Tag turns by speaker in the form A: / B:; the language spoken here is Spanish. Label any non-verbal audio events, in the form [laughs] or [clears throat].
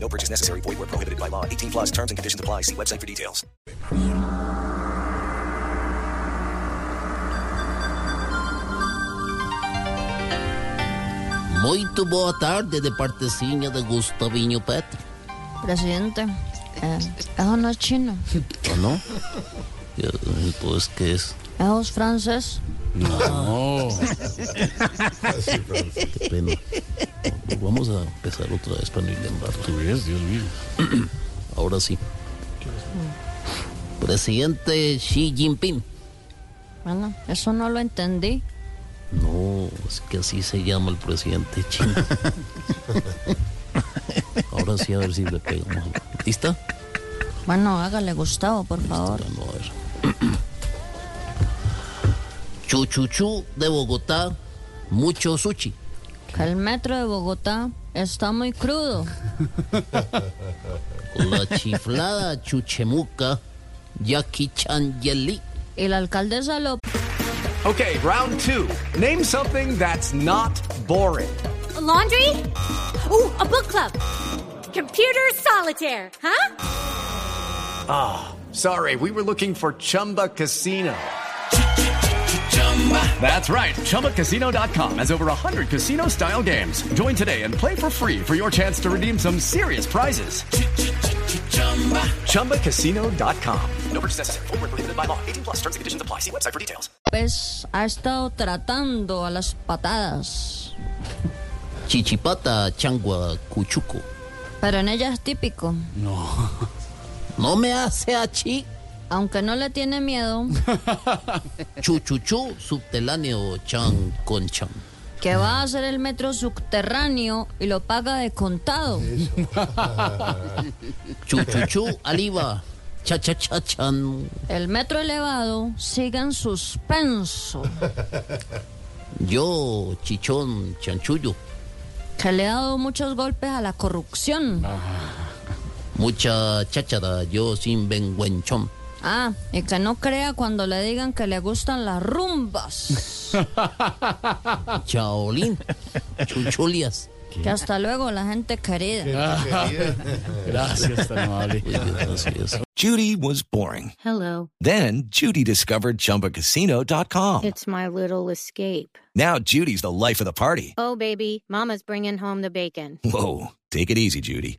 A: No purchase necessary. Void where prohibited by law. 18 plus terms and conditions apply. See website for details.
B: Muito boa tarde de partezinha de Gustavinho Petro.
C: Presidente, eh, eso no es chino,
B: ¿O no? Yo, Entonces, ¿qué es?
C: eso es francés.
B: Qué pena. Pues Vamos a empezar otra vez para no inventarlo.
D: Dios mío.
B: [clears throat] Ahora sí. Presidente Xi Jinping.
C: Bueno, eso no lo entendí.
B: No, es que así se llama el presidente
D: [laughs]
B: chino. Ahora sí, a ver si le pegamos. ¿Lista?
C: Bueno, hágale Gustavo, por favor.
B: Bueno, a ver. [clears throat] Chuchuchu de Bogotá, mucho sushi.
C: Que el metro de Bogotá está muy crudo.
B: La chiflada Chuchemuca, Jackie Chan Yeli.
C: Y la alcaldesa lo...
E: Okay, round two. Name something that's not boring.
F: laundry? Ooh, a book club. Computer solitaire, huh?
E: Sorry, we were looking for Chumba Casino. That's right. ChumbaCasino.com has over 100 casino style games. Join today and play for free for your chance to redeem some serious prizes. ChumbaCasino.com. No purchase necessary. Void where prohibited by law. 18 plus terms and conditions apply. See website for details.
C: Pues ha estado tratando a las patadas.
B: Chichipata Changua Cuchuco.
C: Pero en ella es típico.
B: No me hace achi.
C: Aunque no le tiene miedo,
B: Chuchuchu subteláneo Chan con Chan.
C: que va a hacer el metro subterráneo y lo paga de contado.
B: Chuchuchu Aliba. Cha cha cha chan.
C: El metro elevado sigue en suspenso.
B: Yo, chichón, chanchullo.
C: que le ha dado muchos golpes a la corrupción.
B: Mucha cháchara, yo sin vergüenchón.
C: Ah, y que no crea cuando le digan que le gustan las rumbas.
D: [laughs]
B: Chaolín. Chuchulias.
C: que hasta luego, la gente querida.
D: Gracias, tan amable.
B: Así es.
A: Judy was boring.
G: Hello.
A: Then Judy discovered ChumbaCasino.com.
G: It's my little escape.
A: Now Judy's the life of the party.
G: Oh, baby, Mama's bringing home the bacon.
A: Whoa, take it easy, Judy.